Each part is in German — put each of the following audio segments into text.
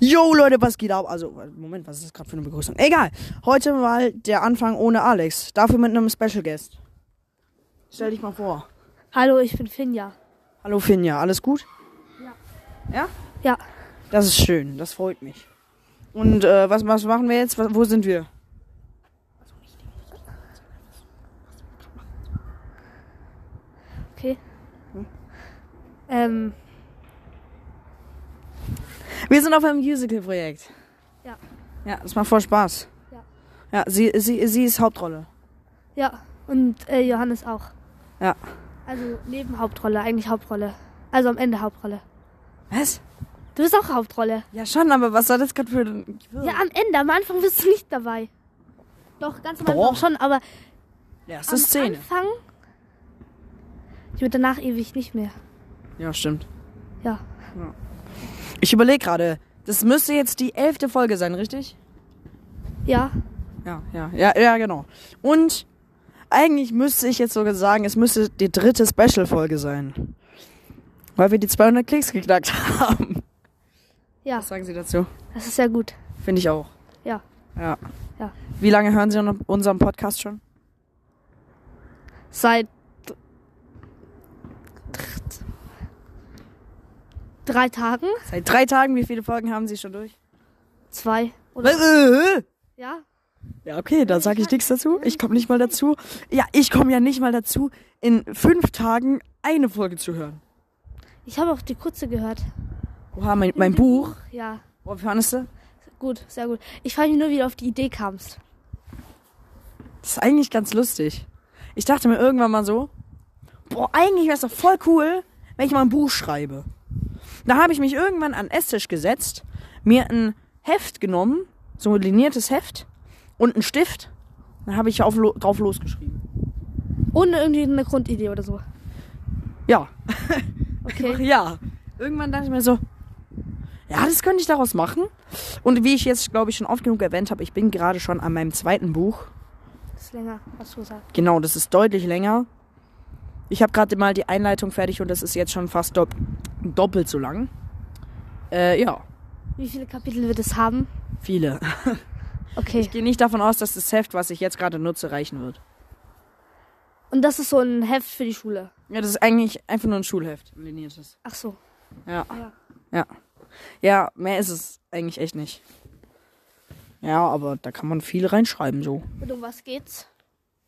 Yo Leute, was geht ab? Also, Moment, was ist das gerade für eine Begrüßung? Egal. Heute mal der Anfang ohne Alex. Dafür mit einem Special Guest. Stell dich mal vor. Hallo, ich bin Finja. Hallo Finja, alles gut? Ja. Ja? Ja, Das ist schön, das freut mich. Und äh, was, was machen wir jetzt? Wo sind wir? okay. Hm. Ähm, Wir sind auf einem Musical-Projekt. Ja. Ja, das macht voll Spaß. Ja. Ja, sie, sie, sie ist Hauptrolle. ja, und äh, Johannes auch. Ja. Also Nebenhauptrolle, eigentlich Hauptrolle. Also am Ende Hauptrolle. Was? Du bist auch Hauptrolle. Ja, schon, aber was soll das gerade für ein. Ja, am Ende, am Anfang bist du nicht dabei. Doch, ganz am Doch. Anfang schon, aber Erste am Szene. Anfang... Ich bin danach ewig nicht mehr. Ja, stimmt. Ja, Ich überlege gerade, das müsste jetzt die elfte Folge sein, richtig? ja, Ja, ja, ja, ja, genau. Und eigentlich müsste ich jetzt sogar sagen, es müsste die dritte Special-Folge sein. Weil wir die 200 Klicks geknackt haben. ja. Was sagen Sie dazu? Das ist ja gut. Finde ich auch. Ja, Ja. Ja. Wie lange hören Sie un- unseren Podcast schon? seit... 3 Tagen? Seit drei Tagen. Wie viele Folgen haben Sie schon durch? Zwei? Oder? Äh, äh. Ja? Ja, okay, da sage ich nichts dazu. Ich komme nicht mal dazu. Ja, ich komme ja nicht mal dazu, in fünf Tagen eine Folge zu hören. Ich habe auch die kurze gehört. Oha, mein, mein Buch. Ja, Oh, wie fandest du? gut, sehr gut. Ich frage mich nur, wie du auf die Idee kamst. Das ist eigentlich ganz lustig. Ich dachte mir irgendwann mal so, boah, eigentlich wäre es doch voll cool, wenn ich mal ein Buch schreibe. Da habe ich mich irgendwann an den Esstisch gesetzt, mir ein Heft genommen, so ein liniertes Heft und einen Stift. Dann habe ich auf, lo, drauf losgeschrieben. Ohne irgendwie eine Grundidee oder so. Ja, Okay. ja. Irgendwann dachte ich mir so, ja, das könnte ich daraus machen. Und wie ich jetzt, glaube ich, schon oft genug erwähnt habe, ich bin gerade schon an meinem zweiten Buch. Das ist länger, hast du gesagt. Genau, das ist deutlich länger. Ich habe gerade mal die Einleitung fertig und das ist jetzt schon fast dopp doppelt so lang. Äh, ja, Wie viele Kapitel wird es haben? viele. Okay. Ich gehe nicht davon aus, dass das Heft, was ich jetzt gerade nutze, reichen wird. Und das ist so ein Heft für die Schule. Ja, das ist eigentlich einfach nur ein Schulheft, ein liniertes. Ach so. Ja. Ja. Ja. Ja, mehr ist es eigentlich echt nicht. Ja, aber da kann man viel reinschreiben so. Und um was geht's?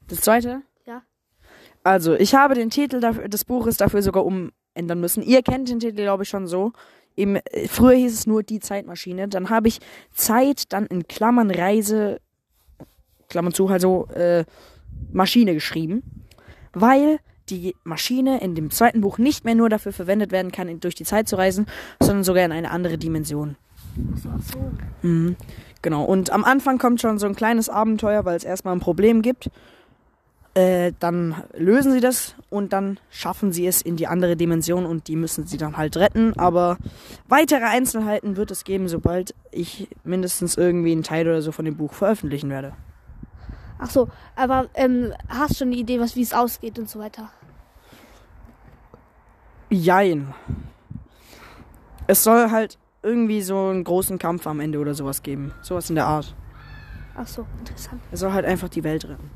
Das zweite? Ja. Also, ich habe den Titel dafür, des Buches dafür sogar umändern müssen. Ihr kennt den Titel, glaube ich, schon so. Im, äh, früher hieß es nur die Zeitmaschine. Dann habe ich Zeit, dann in Klammern Reise, Klammern zu, also äh, Maschine geschrieben. Weil die Maschine in dem zweiten Buch nicht mehr nur dafür verwendet werden kann, in- durch die Zeit zu reisen, sondern sogar in eine andere Dimension. Ach so, ach so. Mhm. Genau. Und am Anfang kommt schon so ein kleines Abenteuer, weil es erstmal ein Problem gibt. Äh, dann lösen sie das und dann schaffen sie es in die andere Dimension und die müssen sie dann halt retten. Aber weitere Einzelheiten wird es geben, sobald ich mindestens irgendwie einen Teil oder so von dem Buch veröffentlichen werde. Ach so, aber ähm, hast schon eine Idee, was wie es ausgeht und so weiter? Jein. Es soll halt irgendwie so einen großen Kampf am Ende oder sowas geben. Sowas in der Art. Ach so, interessant. Es soll halt einfach die Welt retten.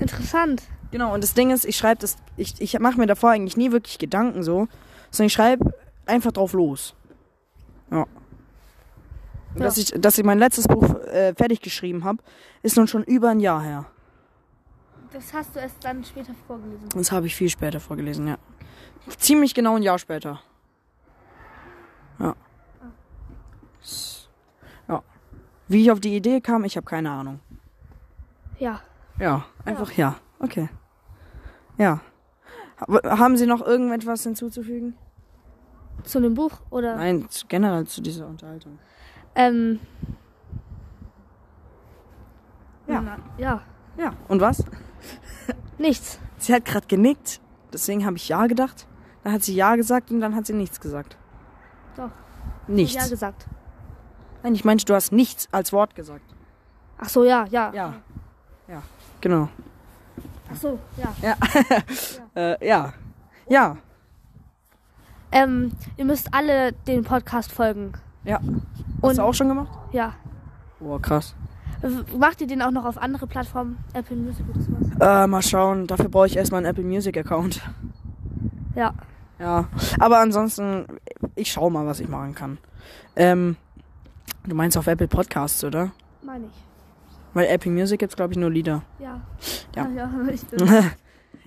Interessant. Genau, und das Ding ist, ich schreibe das, ich, ich mache mir davor eigentlich nie wirklich Gedanken so, sondern ich schreibe einfach drauf los. Ja. Und Ja. Dass, ich, dass ich mein letztes Buch äh, fertig geschrieben habe, ist nun schon über ein Jahr her. Das hast du erst dann später vorgelesen. Das habe ich viel später vorgelesen, ja. Ziemlich genau ein Jahr später. Ja. Ja. Wie ich auf die Idee kam, ich habe keine Ahnung. Ja. Ja, einfach ja. Okay. Ja. Ha- Haben Sie noch irgendetwas hinzuzufügen? Zu dem Buch oder? Nein, zu- generell zu dieser Unterhaltung. Ähm. Ja. na- Ja. Ja, und was? Nichts. Sie hat gerade genickt, deswegen habe ich Ja gedacht. Dann hat sie Ja gesagt und dann hat sie nichts gesagt. Doch. Nichts. Ja gesagt. Nein, ich meinte, du hast nichts als Wort gesagt. Ach so, ja, ja. Ja. Ja, genau. Ach so, ja. Äh, ja. Ja. Ähm, ihr müsst alle den Podcast folgen. Ja. Hast Und du auch schon gemacht? ja. Boah, krass. W- Macht ihr den auch noch auf andere Plattformen? Apple Music oder sowas? Äh, mal schauen. Dafür brauche ich erstmal einen Apple Music Account. Ja. Ja. Aber ansonsten, ich schau mal, was ich machen kann. Ähm, du meinst auf Apple Podcasts, oder? Meine ich. Weil Apple Music gibt's, glaube ich, nur Lieder. Ja. Ja. Ah, ja ich bin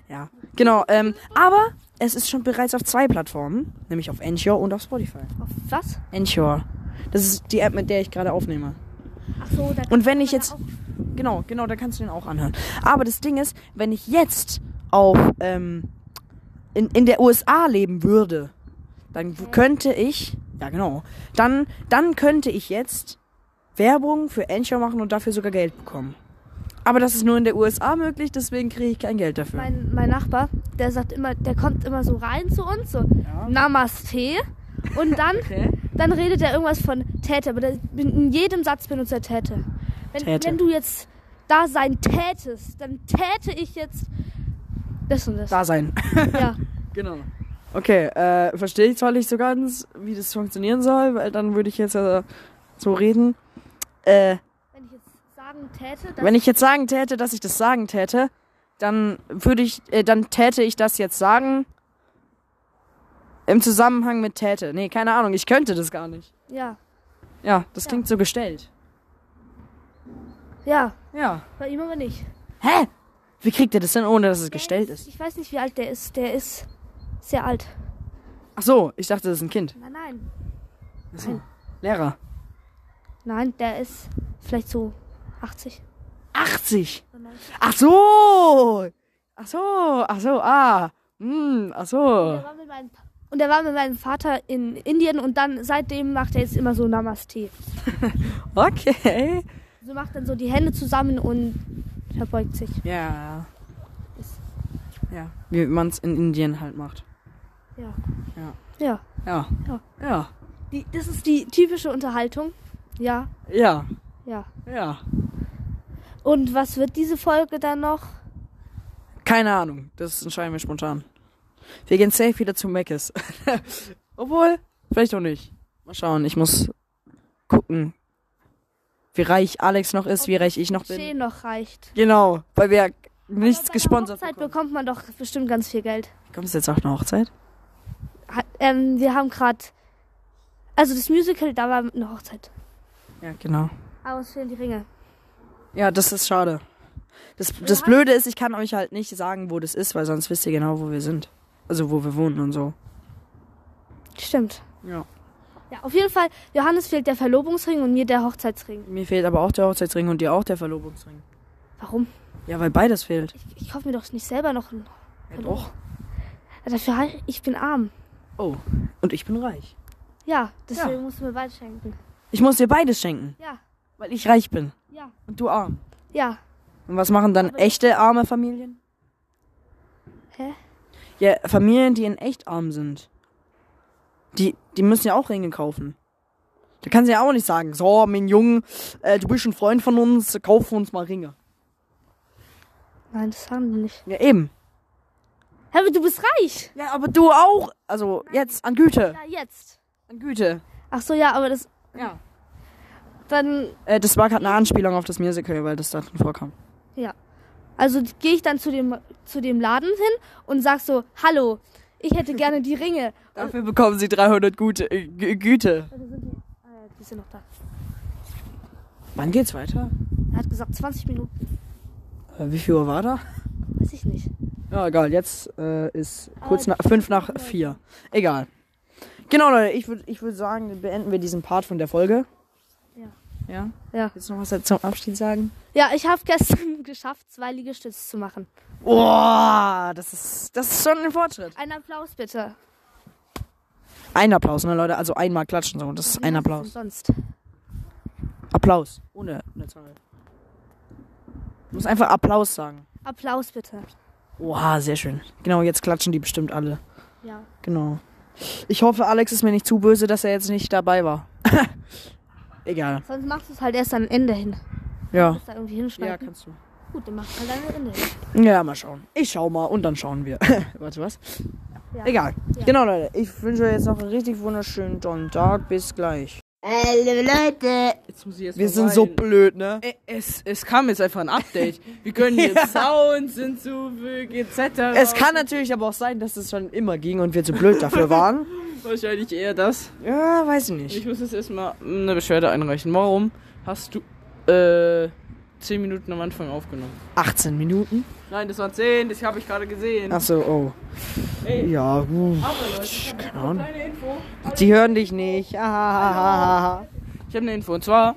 Ja. Genau, ähm, aber es ist schon bereits auf zwei Plattformen, nämlich auf Anchor und auf Spotify. auf was? Anchor. Das ist die App, mit der ich gerade aufnehme. Ach so, da Und wenn ich man jetzt- auch- Genau, genau, da kannst du den auch anhören. Aber das Ding ist, wenn ich jetzt auf ähm, in, in der USA leben würde, dann w- könnte ich, ja genau, dann, dann könnte ich jetzt Werbung für Anchor machen und dafür sogar Geld bekommen. Aber das ist nur in der USA möglich, deswegen kriege ich kein Geld dafür. Mein, mein Nachbar, der sagt immer, der kommt immer so rein zu uns, so Namaste. Und dann, Okay. dann redet er irgendwas von Täte, aber der, in jedem Satz benutzt er Täte. Wenn, Täte. wenn du jetzt da sein tätest, dann täte ich jetzt das und das. Da sein. Ja. Genau. Okay, äh, verstehe ich zwar nicht so ganz, wie das funktionieren soll, weil dann würde ich jetzt äh, so reden. Äh, Wenn ich jetzt sagen täte, dann Wenn ich jetzt sagen täte, dass ich das sagen täte, dann würde ich, äh, dann täte ich das jetzt sagen. Im Zusammenhang mit täte. Nee, keine Ahnung, ich könnte das gar nicht. ja, Ja, das Ja. klingt so gestellt. ja, Ja. bei ihm aber nicht. Hä? Wie kriegt ihr das denn, ohne dass es Der gestellt ist, ist? Ich weiß nicht, wie alt der ist. Der ist sehr alt. Ach so, ich dachte, das ist ein Kind. Nein, nein. Ach so. Lehrer. Nein, der ist vielleicht so 80. 80. oder 90. Ach so. Ach so, ach so, ah. Hm, ach so. Der war mit meinem Pa- Und er war mit meinem Vater in Indien und dann seitdem macht er jetzt immer so Namaste. Okay. So macht dann so die Hände zusammen und verbeugt sich. Ja. Ist- Ja. Wie man es in Indien halt macht. Ja. Ja. Ja. Ja. Ja. Ja. Die, das ist die typische Unterhaltung. Ja, Ja. ja. Ja. Und was wird diese Folge dann noch? Keine Ahnung. Das entscheiden wir spontan. Wir gehen safe wieder zu Meckes. Obwohl, vielleicht auch nicht. Mal schauen. Ich muss gucken, wie reich Alex noch ist, wie reich ich noch bin. Schee noch reicht. Genau, weil wir nichts Aber bei einer gesponsert Hochzeit bekommen. bekommt man doch bestimmt ganz viel Geld. Kommst du jetzt auf eine Hochzeit? Hat, ähm, wir haben gerade. Also das Musical, da war eine Hochzeit. Ja, genau. Aber uns fehlen die Ringe. Ja, das ist schade. Das, das haben- Blöde ist, ich kann euch halt nicht sagen, wo das ist, weil sonst wisst ihr genau, wo wir sind. Also, wo wir wohnen und so. Stimmt. Ja. Ja, auf jeden Fall, Johannes fehlt der Verlobungsring und mir der Hochzeitsring. Mir fehlt aber auch der Hochzeitsring und dir auch der Verlobungsring. Warum? Ja, weil beides fehlt. Ich, ich kaufe mir doch nicht selber noch einen. Ja, doch. Dafür hei- ich bin arm. Oh, und ich bin reich. Ja, deswegen musst du mir beide schenken. Ich muss dir beides schenken, Ja, weil ich reich bin ja, und du arm. ja. Und was machen dann Aber- echte arme Familien? Hä? Ja, Familien, die in echt arm sind. Die, die müssen ja auch Ringe kaufen. Da kannst du ja auch nicht sagen, so, mein Junge, äh, du bist ein Freund von uns, kauf für uns mal Ringe. Nein, das haben die nicht. Ja, eben. Hä, aber du bist reich. Ja, aber du auch. Also, jetzt, an Güte. Ja, jetzt. An Güte. Ach so, ja, aber das. Ja. Dann. Äh, das war gerade eine Anspielung auf das Musical, weil das da drin vorkam. Ja. Also gehe ich dann zu dem, zu dem Laden hin und sag so: Hallo, ich hätte gerne die Ringe. Dafür bekommen sie 300 Gute, äh, Gü- Güte. Also sind die. Ah, ja, die sind noch da. Wann geht's weiter? Er hat gesagt 20 Minuten. Äh, Wie viel Uhr war da? Weiß ich nicht. Ja, egal, jetzt äh, ist kurz Aber nach, fünf nach vier. Egal. Genau, Leute, ich würde ich würd sagen, beenden wir diesen Part von der Folge. Ja. Ja? Ja. Jetzt noch was zum Abschied sagen? Ja, ich habe gestern geschafft, zwei Liegestütze zu machen. Boah, das ist, das ist schon ein Fortschritt. Ein Applaus bitte. Ein Applaus, ne, Leute? Also einmal klatschen so, das ist ein Wie Applaus. Sonst. Applaus. Ohne eine Zahl. Du musst einfach Applaus sagen. Applaus bitte. Oha, sehr schön. Genau, jetzt klatschen die bestimmt alle. Ja. Genau. Ich hoffe, Alex ist mir nicht zu böse, dass er jetzt nicht dabei war. Egal. Sonst machst du es halt erst am Ende hin. Ja. Musst da irgendwie hinschneiden. kannst du. Gut, dann machst du halt am Ende hin. Ja, mal schauen. Ich schau mal und dann schauen wir. Warte, was? Ja. Egal. Ja. Genau, Leute. Ich wünsche euch jetzt noch einen richtig wunderschönen tollen Tag. Bis gleich. Äh, Leute. Jetzt muss ich erst Wir mal sind so weinen. blöd, ne? Ä- Es, es kam jetzt einfach ein Update. Wir können jetzt Ja. Sounds hinzufügen, etc. Es kann natürlich aber auch sein, dass es schon immer ging und wir zu blöd dafür waren. Wahrscheinlich eher das. Ja, weiß ich nicht. Ich muss jetzt erstmal eine Beschwerde einreichen. Warum hast du äh, 10 Minuten am Anfang aufgenommen? 18 Minuten? Nein, das waren 10, das habe ich gerade gesehen. Achso, oh. Ey, Ja, uh, aber Leute, ich habe eine kleine Info. die hören dich nicht. Ah, Ich habe eine Info und zwar,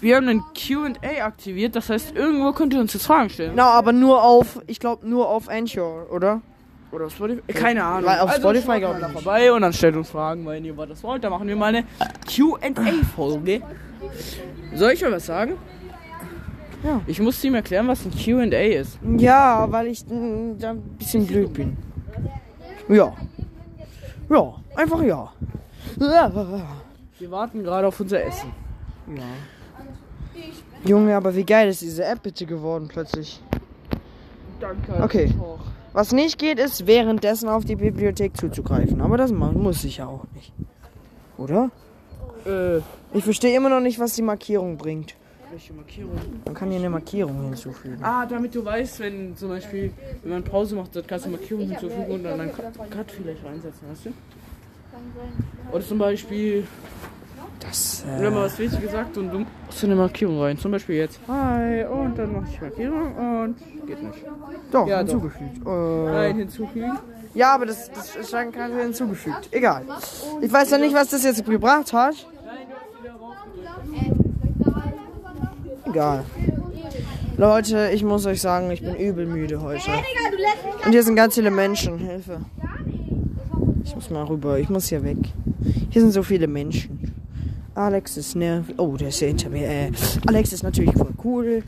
wir haben ein QA aktiviert, das heißt, irgendwo könnt ihr uns jetzt Fragen stellen. Na, aber nur auf, ich glaube nur auf Anchor, oder? Oder auf Spotify? äh, Keine Ahnung. Weil Also auf Spotify schaut glaub mal ich da nicht. vorbei und dann stellt uns Fragen, wenn ihr über das wollt. Dann machen wir mal eine QA-Folge. Soll ich euch was sagen? Ja. Ich muss ihm erklären, was ein QA ist. Ja, weil ich mm, da ein bisschen blöd bin. Ja. Ja, einfach ja. Ja. Wir warten gerade auf unser Essen. Junge, aber wie geil ist diese App bitte geworden plötzlich. Danke. Okay. Was nicht geht, ist währenddessen auf die Bibliothek zuzugreifen. Aber das ma- muss ich ja auch nicht. Oder? Äh, Ich verstehe immer noch nicht, was die Markierung bringt. welche Markierung? Man kann hier eine Markierung hinzufügen. Ah, damit du weißt, wenn zum Beispiel, wenn man Pause macht, dann kannst du Markierungen hinzufügen und dann einen Cut Cut vielleicht reinsetzen, weißt du? Oder zum Beispiel, Das. wir haben mal Äh, was Wichtiges gesagt und du machst eine Markierung rein. Zum Beispiel jetzt. Hi, und dann mache ich Markierung und geht nicht. doch, Ja, doch. hinzugefügt. Äh, Nein, hinzufügen. ja, aber das, das ist dann gerade hinzugefügt. Egal. Ich weiß ja nicht, was das jetzt gebracht hat. Egal. Leute, ich muss euch sagen, ich bin übel müde heute. Und hier sind ganz viele Menschen. Hilfe. Ich muss mal rüber. Ich muss hier weg. Hier sind so viele Menschen. Alex ist nervig. Oh, der ist ja hinter mir. Äh, Alex ist natürlich voll cool.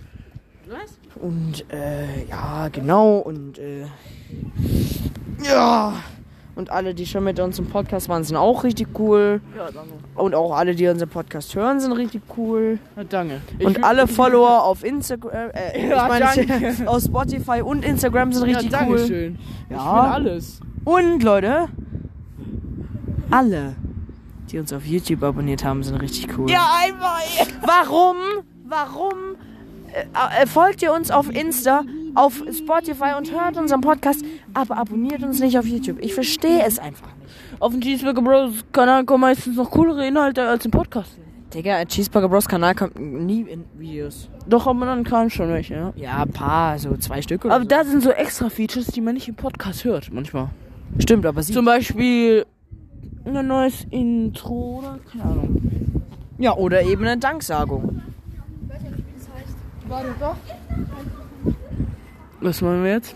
Was? Und äh, ja, genau. Und äh, ja. Und alle, die schon mit uns im Podcast waren, sind auch richtig cool. Ja, danke. Und auch alle, die unseren Podcast hören, sind richtig cool. Ja, danke. Und alle Follower auf Instagram, äh, Ja, ich meine, danke. auf Spotify und Instagram sind Ja, richtig danke cool. schön. Ja. Ich will alles. Und Leute, alle, die uns auf YouTube abonniert haben, sind richtig cool. Ja, einfach. Warum? Warum äh, äh, folgt ihr uns auf Insta, auf Spotify und hört unseren Podcast, aber abonniert uns nicht auf YouTube? Ich verstehe es einfach nicht. Auf dem Cheeseburger Bros. Kanal kommen meistens noch coolere Inhalte als im Podcast. Digga, ein Cheeseburger Bros Kanal kommt nie in Videos. Doch, aber dann kamen schon welche, ja. Ja, ein paar, so zwei Stück oder Aber da sind so extra Features, die man nicht im Podcast hört, manchmal. so. Stimmt, aber sie. Zum Beispiel ein neues Intro oder keine Ahnung. Ja, oder eben eine Danksagung. Was machen wir jetzt?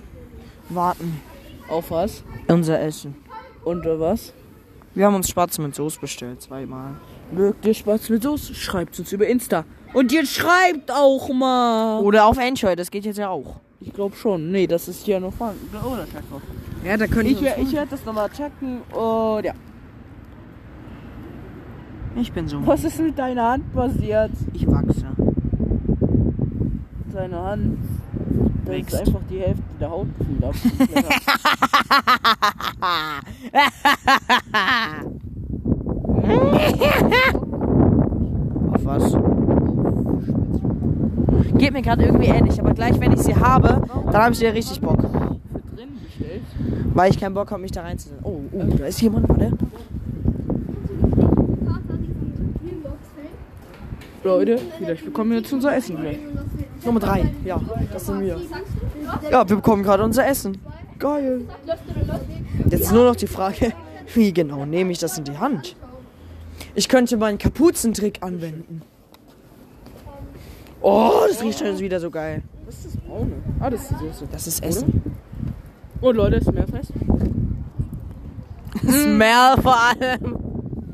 Warten. Auf was? Unser Essen. Unter was? Wir haben uns Spatzen mit Soße bestellt, zweimal. Mögt ihr Spaß mit Soße? Schreibt uns über Insta. Und jetzt schreibt auch mal. Oder auf Enjoy, das geht jetzt ja auch. Ich glaube schon. Nee, das ist hier noch Fragen. Oh, da checkt noch. Ja, da können Ich, wer- ich werde das nochmal checken und ja. Ich bin so. Was ist mit deiner Hand passiert? Ich wachse. Seine Hand. Da ist Wächst. einfach die Hälfte der Haut gefühlt ab. Auf was? Geht mir gerade irgendwie ähnlich, aber gleich, wenn ich sie habe, dann habe ich wieder richtig Bock. Drin bestellt. Weil ich keinen Bock habe, mich da reinzusetzen. Oh, oh, da ist jemand, warte. Leute, vielleicht bekommen wir jetzt unser Essen gleich. Nummer drei. Ja, das sind wir. Ja, wir bekommen gerade unser Essen. Geil. Jetzt ist nur noch die Frage, wie genau nehme ich das in die Hand? Ich könnte meinen Kapuzentrick anwenden. Oh, das riecht schon wieder so geil. Was ist das braune? Ah, das ist die Soße. Das ist Essen. Oh Leute, ist mehr falsch. Smell vor allem.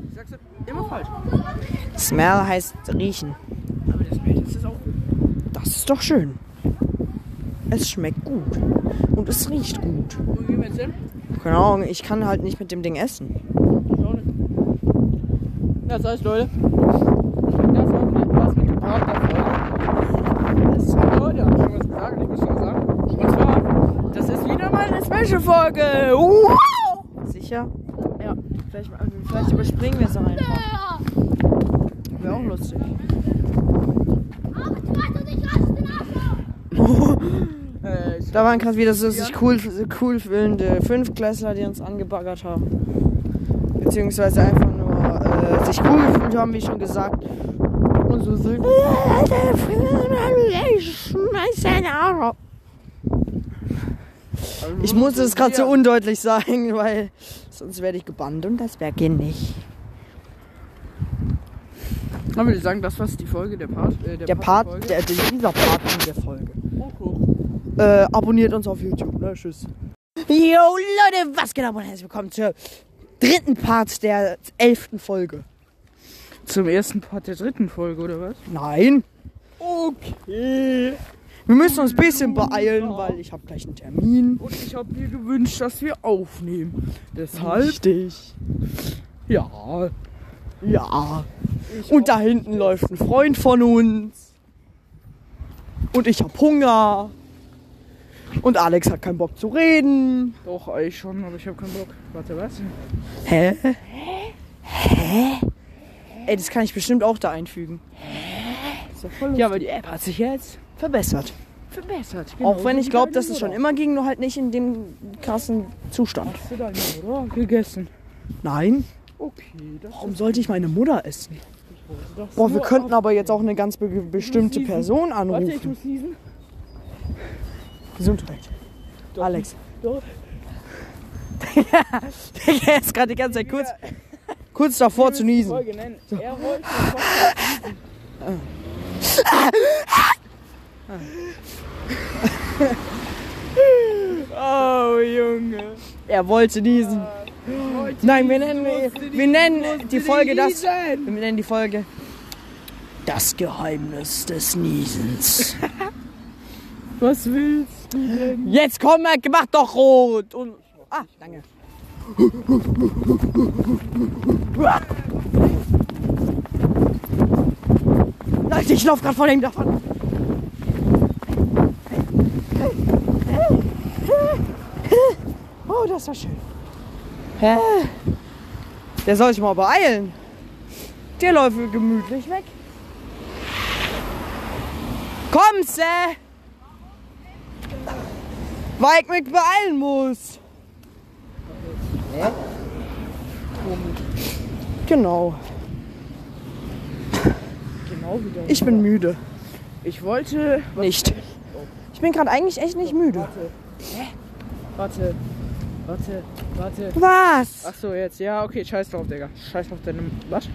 Ich sag's immer falsch. Smell heißt riechen. Aber das Bild ist es auch. Das ist doch schön. Es schmeckt gut. Und es riecht gut. Wo gehen wir jetzt hin? Keine Ahnung, ich kann halt nicht mit dem Ding essen. Ich auch nicht. Ja, das heißt, Leute. Das war mein Spaß mit dem Part der Folge. Das war Leute, hab ich schon was gesagt, ich muss schon was sagen. Und zwar, das ist wieder mal eine Special-Folge. Wow! also Sicher? Ja. Vielleicht, vielleicht überspringen wir es auch einfach. Wäre auch lustig. Äh, ich Da waren gerade wieder so sich cool, cool fühlende Fünftklässler, die uns angebaggert haben. Beziehungsweise einfach nur äh, sich cool gefühlt haben, wie schon gesagt. Und so sind. Ich musste es gerade so undeutlich sagen, weil sonst werde ich gebannt und das wäre gehen nicht. Dann würde ich sagen, das war die Folge der Part. Äh, Der Part, Folge. der, dieser Part in der Folge. Oh, cool. Äh, abonniert uns auf YouTube, ne? Tschüss. Yo, Leute, was geht ab und herzlich willkommen zur dritten Part der elften Folge. Zum ersten Part der dritten Folge, oder was? Nein, Okay. wir müssen uns ein bisschen beeilen, weil ich habe gleich einen Termin. Und ich habe mir gewünscht, dass wir aufnehmen. Halt. Deshalb, Richtig. ja. Ja. Und da hinten läuft ein Freund von uns. Und ich hab Hunger. Und Alex hat keinen Bock zu reden. Doch, eigentlich schon, aber ich habe keinen Bock. Warte, was? Hä? Hä? Ey, das kann ich bestimmt auch da einfügen. Ist ja voll Ja, aber die App hat sich jetzt verbessert. verbessert. auch wenn ich glaube, dass es schon immer ging, nur halt nicht in dem krassen Zustand. Hast du deine Mutter gegessen? Nein. Okay, das Warum sollte ich meine Mutter essen? Boah, wir könnten aber jetzt auch eine ganz be bestimmte Niesen. Person Warte, ich anrufen. muss niesen. Gesundheit. Alex. Doch. Der ist gerade die ganze Zeit kurz, kurz davor zu niesen. Folge nennen. Er wollte Oh, Junge. Er wollte niesen. Nein, wir nennen, wir nennen die Folge das. Niesen. Wir nennen die Folge Das Geheimnis des Niesens. Was willst du denn? Jetzt komm, Mac, mach doch rot. Und, ah, danke. Leute, ich lauf gerade vor dem davon. Oh, das war schön. Hä? Der soll sich mal beeilen. Der läuft gemütlich weg. Komm, Sä! Weil ich mich beeilen muss. Genau. Genau wieder. Ich bin müde. Ich wollte. Nicht. Ich bin gerade eigentlich echt nicht müde. Warte. Warte. Warte. Was? Ach so, jetzt. Ja, okay, scheiß drauf, Digga. Scheiß auf deine. Was?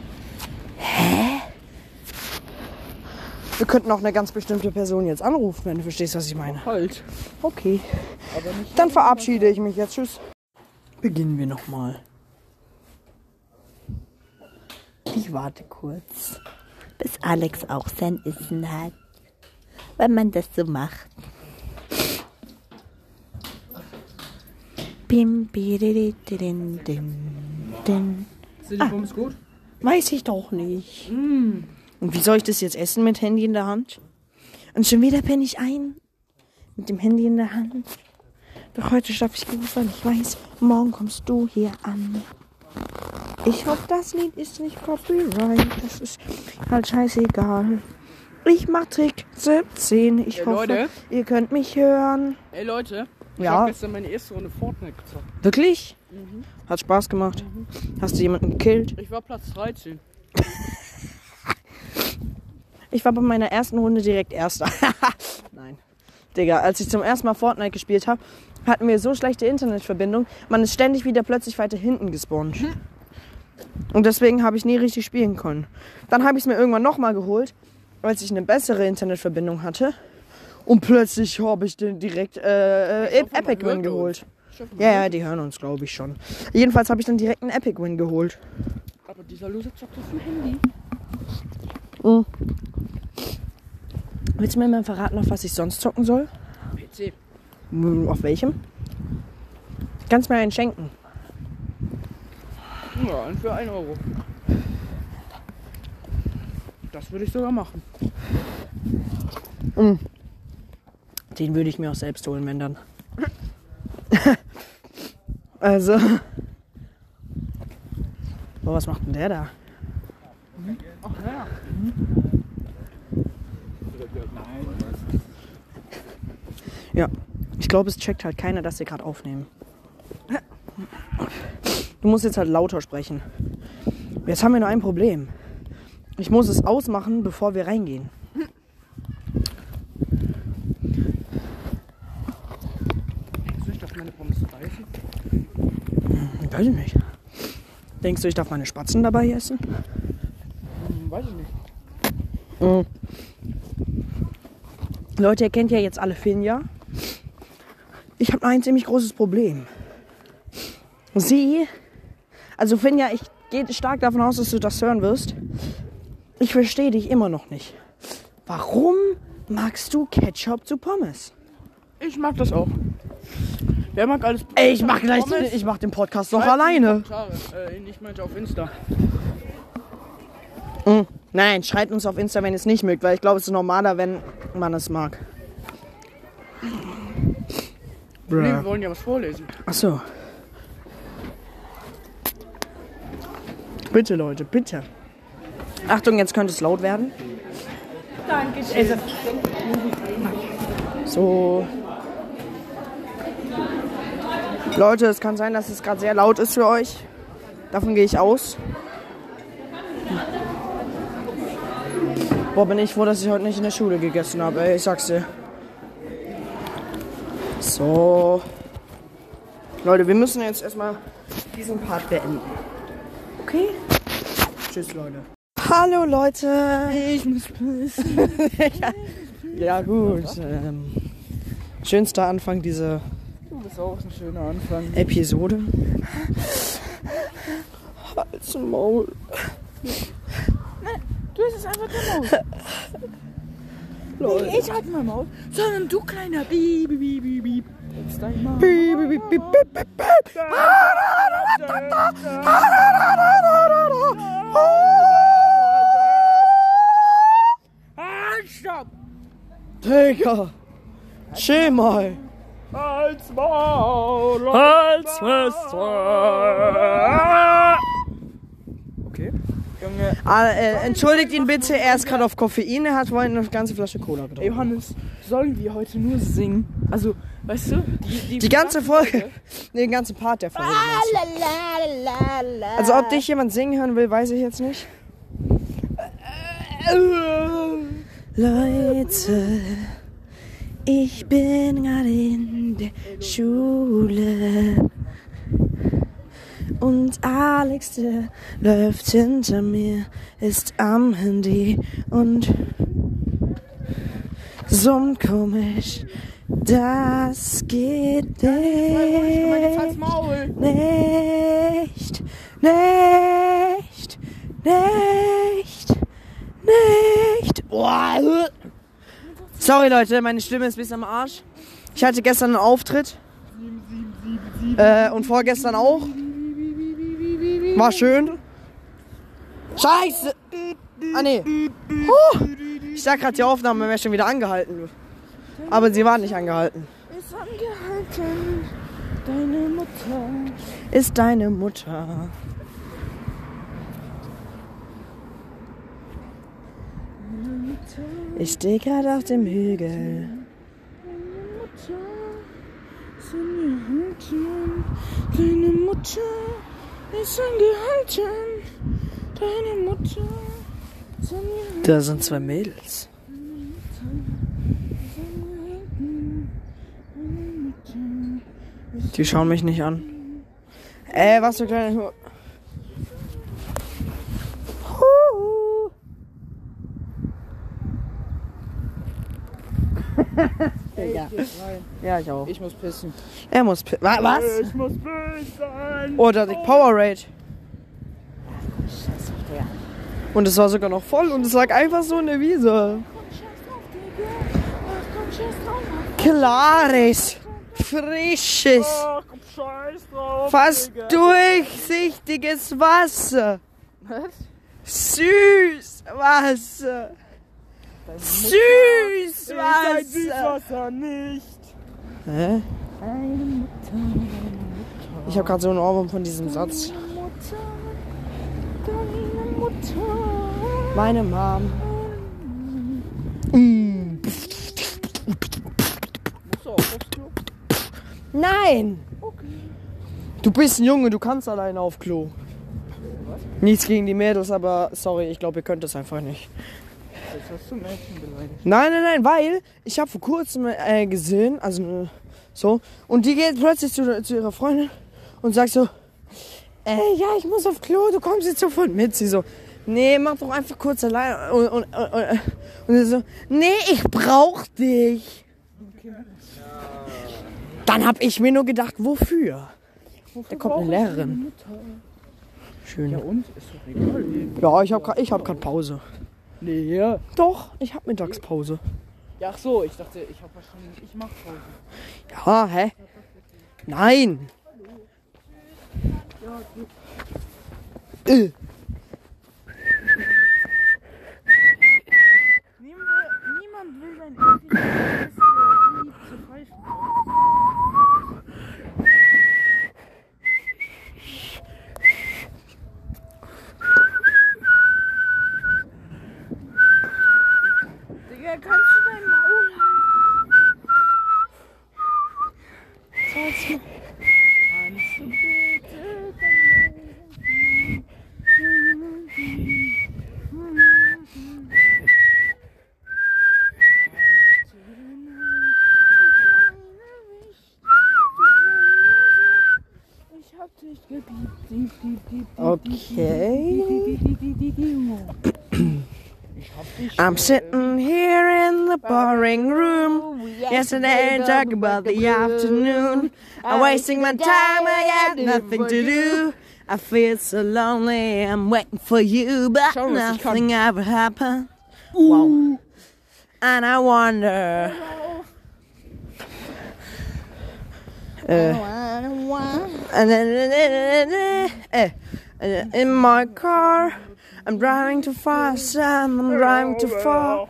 Wir könnten auch eine ganz bestimmte Person jetzt anrufen, wenn du verstehst, was ich meine. Halt. Okay. Aber nicht. Dann verabschiede ich mich jetzt. Tschüss. Beginnen wir nochmal. Ich warte kurz. bis Alex auch sein Essen hat. Wenn man das so macht. Bim, bididi, didin, dim, dim. Sind die Bums gut? Weiß ich doch nicht. Und wie soll ich das jetzt essen mit Handy in der Hand? Und schon wieder penne ich ein. Mit dem Handy in der Hand. Doch heute schlafe ich gut, weil ich weiß, morgen kommst du hier an. Ich hoffe, das Lied ist nicht Copyright. Das ist halt scheißegal. Ich mach Trick 17. Ich Ey, hoffe, Leute. ihr könnt mich hören. Ey, Leute. Ich Ja. hab gestern meine erste Runde Fortnite gezockt. Wirklich? Hat Spaß gemacht. Hast du jemanden gekillt? Ich war Platz 13. Ich war bei meiner ersten Runde direkt Erster. Nein. Digga, als ich zum ersten Mal Fortnite gespielt habe, hatten wir so schlechte Internetverbindung, man ist ständig wieder plötzlich weiter hinten gespawnt. Und deswegen habe ich nie richtig spielen können. Dann habe ich es mir irgendwann nochmal geholt, als ich eine bessere Internetverbindung hatte. Und plötzlich habe ich den direkt äh, äh, hoffe, man Epic Win hört geholt. Ich hoffe, Ja, ja, die hören uns, glaube ich schon. Jedenfalls habe ich dann direkt einen Epic Win geholt. Aber dieser Loser zockt auf dem Handy. Willst du mir mal verraten, auf was ich sonst zocken soll? PC. Hm, Auf welchem? Kannst mir einen schenken. Ja, und für 1 Euro. Das würde ich sogar machen. Den würde ich mir auch selbst holen, wenn dann. also. Boah, was macht denn der da? Ach, naja. Ja, ich glaube, es checkt halt keiner, dass wir gerade aufnehmen. Du musst jetzt halt lauter sprechen. Jetzt haben wir nur ein Problem. Ich muss es ausmachen, bevor wir reingehen. Soll ich doch meine Pommes reichen? Weiß ich nicht. Denkst du, ich darf meine Spatzen dabei essen? Hm, weiß ich nicht. Leute, ihr kennt ja jetzt alle Finja. Ich habe ein ziemlich großes Problem. Sie, also Finja, ich gehe stark davon aus, dass du das hören wirst. Ich verstehe dich immer noch nicht. Warum magst du Ketchup zu Pommes? Ich mag das auch. Wer mag alles? Ey, ich mach gleich, Pommes? ich mach den Podcast doch alleine. Schade. Äh, ich meinte auf Insta. Nein, schreibt uns auf Insta, wenn ihr es nicht mögt, weil ich glaube, es ist normaler, wenn man es mag. Nee, wir wollen ja was vorlesen. Ach so. Bitte, Leute, bitte. Achtung, jetzt könnte es laut werden. Danke. So. Leute, es kann sein, dass es gerade sehr laut ist für euch. Davon gehe ich aus. Boah, bin ich froh, dass ich heute nicht in der Schule gegessen habe. Ey, ich sag's dir. So. Leute, wir müssen jetzt erstmal diesen Part beenden. Okay? Tschüss, Leute. Hallo, Leute. Ich muss pissen. ja, ja, gut. Ähm, schönster Anfang dieser Du bist auch ein schöner Anfang. Episode. Hals und Maul. Du bist es einfach dein Maul. Leute. Ich halt mein Maul. Sondern du kleiner Bieb, Bieb, Bieb, Bieb. Jetzt dein Maul. Piep, piep, piep, piep, piep, piep. Ah, ah, Halt, stopp! Digga. Chill mal. Halt's Maul! Halt's Maul. Okay. Junge. Ah, äh, entschuldigt ihn bitte, er ist gerade auf Koffein, er hat vorhin eine ganze Flasche Cola getrunken. Johannes, sollen wir heute nur singen? Also, weißt du, die, Die ganze Folge, nee, den ganzen Part der Folge. meinst du? Also ob dich jemand singen hören will, weiß ich jetzt nicht. Leute, ich bin gerade in der Schule. Und Alex, der läuft hinter mir, ist am Handy und summt komisch. Das geht nicht. Maul! Nicht, nicht, nicht, nicht. Boah. äh. Sorry Leute, meine Stimme ist ein bisschen am Arsch. Ich hatte gestern einen Auftritt. Äh, und vorgestern auch. War schön. Scheiße! Ah nee. Huh. Ich sag grad, die Aufnahme wäre schon wieder angehalten. Aber sie war nicht angehalten. Ist angehalten, deine Mutter. Ist deine Mutter. Ich stehe gerade auf dem Hügel. Ist angehalten, deine Mutter. Ist angehalten, deine Mutter. Ist angehalten, Da sind zwei Mädels. deine Mutter. Die schauen mich nicht an. Ey, Äh, was für kleine. Hu- Huhu. ja. ja, ich auch. Ich muss pissen. Äh, Er muss. pi- Wa- Was? Ich muss pissen! Oh. Oder die Powerade. Und es war sogar noch voll und es lag einfach so in der Wiese. Klares, frisches, Ach, komm, scheiß drauf. fast Digga. durchsichtiges Wasser. Was? Süß Wasser. Süß Dein Wasser. Süßwasser nicht. Hä? Ich habe gerade so einen Ohrwurm von diesem Satz. Mutter, deine Mutter. Meine Mom. Musst du auch aufs Klo? Nein! Du bist ein Junge, du kannst alleine auf Klo. Nichts gegen die Mädels, aber sorry, ich glaube, ihr könnt das einfach nicht. Jetzt hast du Menschen beleidigt. Nein, nein, nein, weil ich habe vor kurzem äh, gesehen, also äh, so, und die geht plötzlich zu, zu ihrer Freundin und sagt so, ey, ja, ich muss auf Klo, du kommst jetzt sofort mit. Sie so, nee, mach doch einfach kurz allein. Und, und, und, und, und sie so, nee, ich brauch dich. Dann hab ich mir nur gedacht, wofür? Da kommt eine Lehrerin. Ja Schön. und? Ist doch egal. Ja, ich habe ich hab gerade Pause. Nee, ja. Doch, ich habe Mittagspause. Ja, ach so, ich dachte, ich hab wahrscheinlich, ich mach Pause. Ja, hä? Nein! Äh, Niemand will dein Irgendwie zu pfeifen. Digga, kannst du dein Maul halten? Kannst du bitte dein Maul Ich hab dich gebiebt. Okay. Ich hab dich. I'm sitting here in the boring room. Yesterday I talk about the afternoon. I'm wasting my time, I got nothing to do. I feel so lonely, I'm waiting for you, but Schau, was ich kann. nothing ever happened. Wow. And I wonder. Äh. Äh, äh, In my car, I'm driving too fast, and I'm driving too far.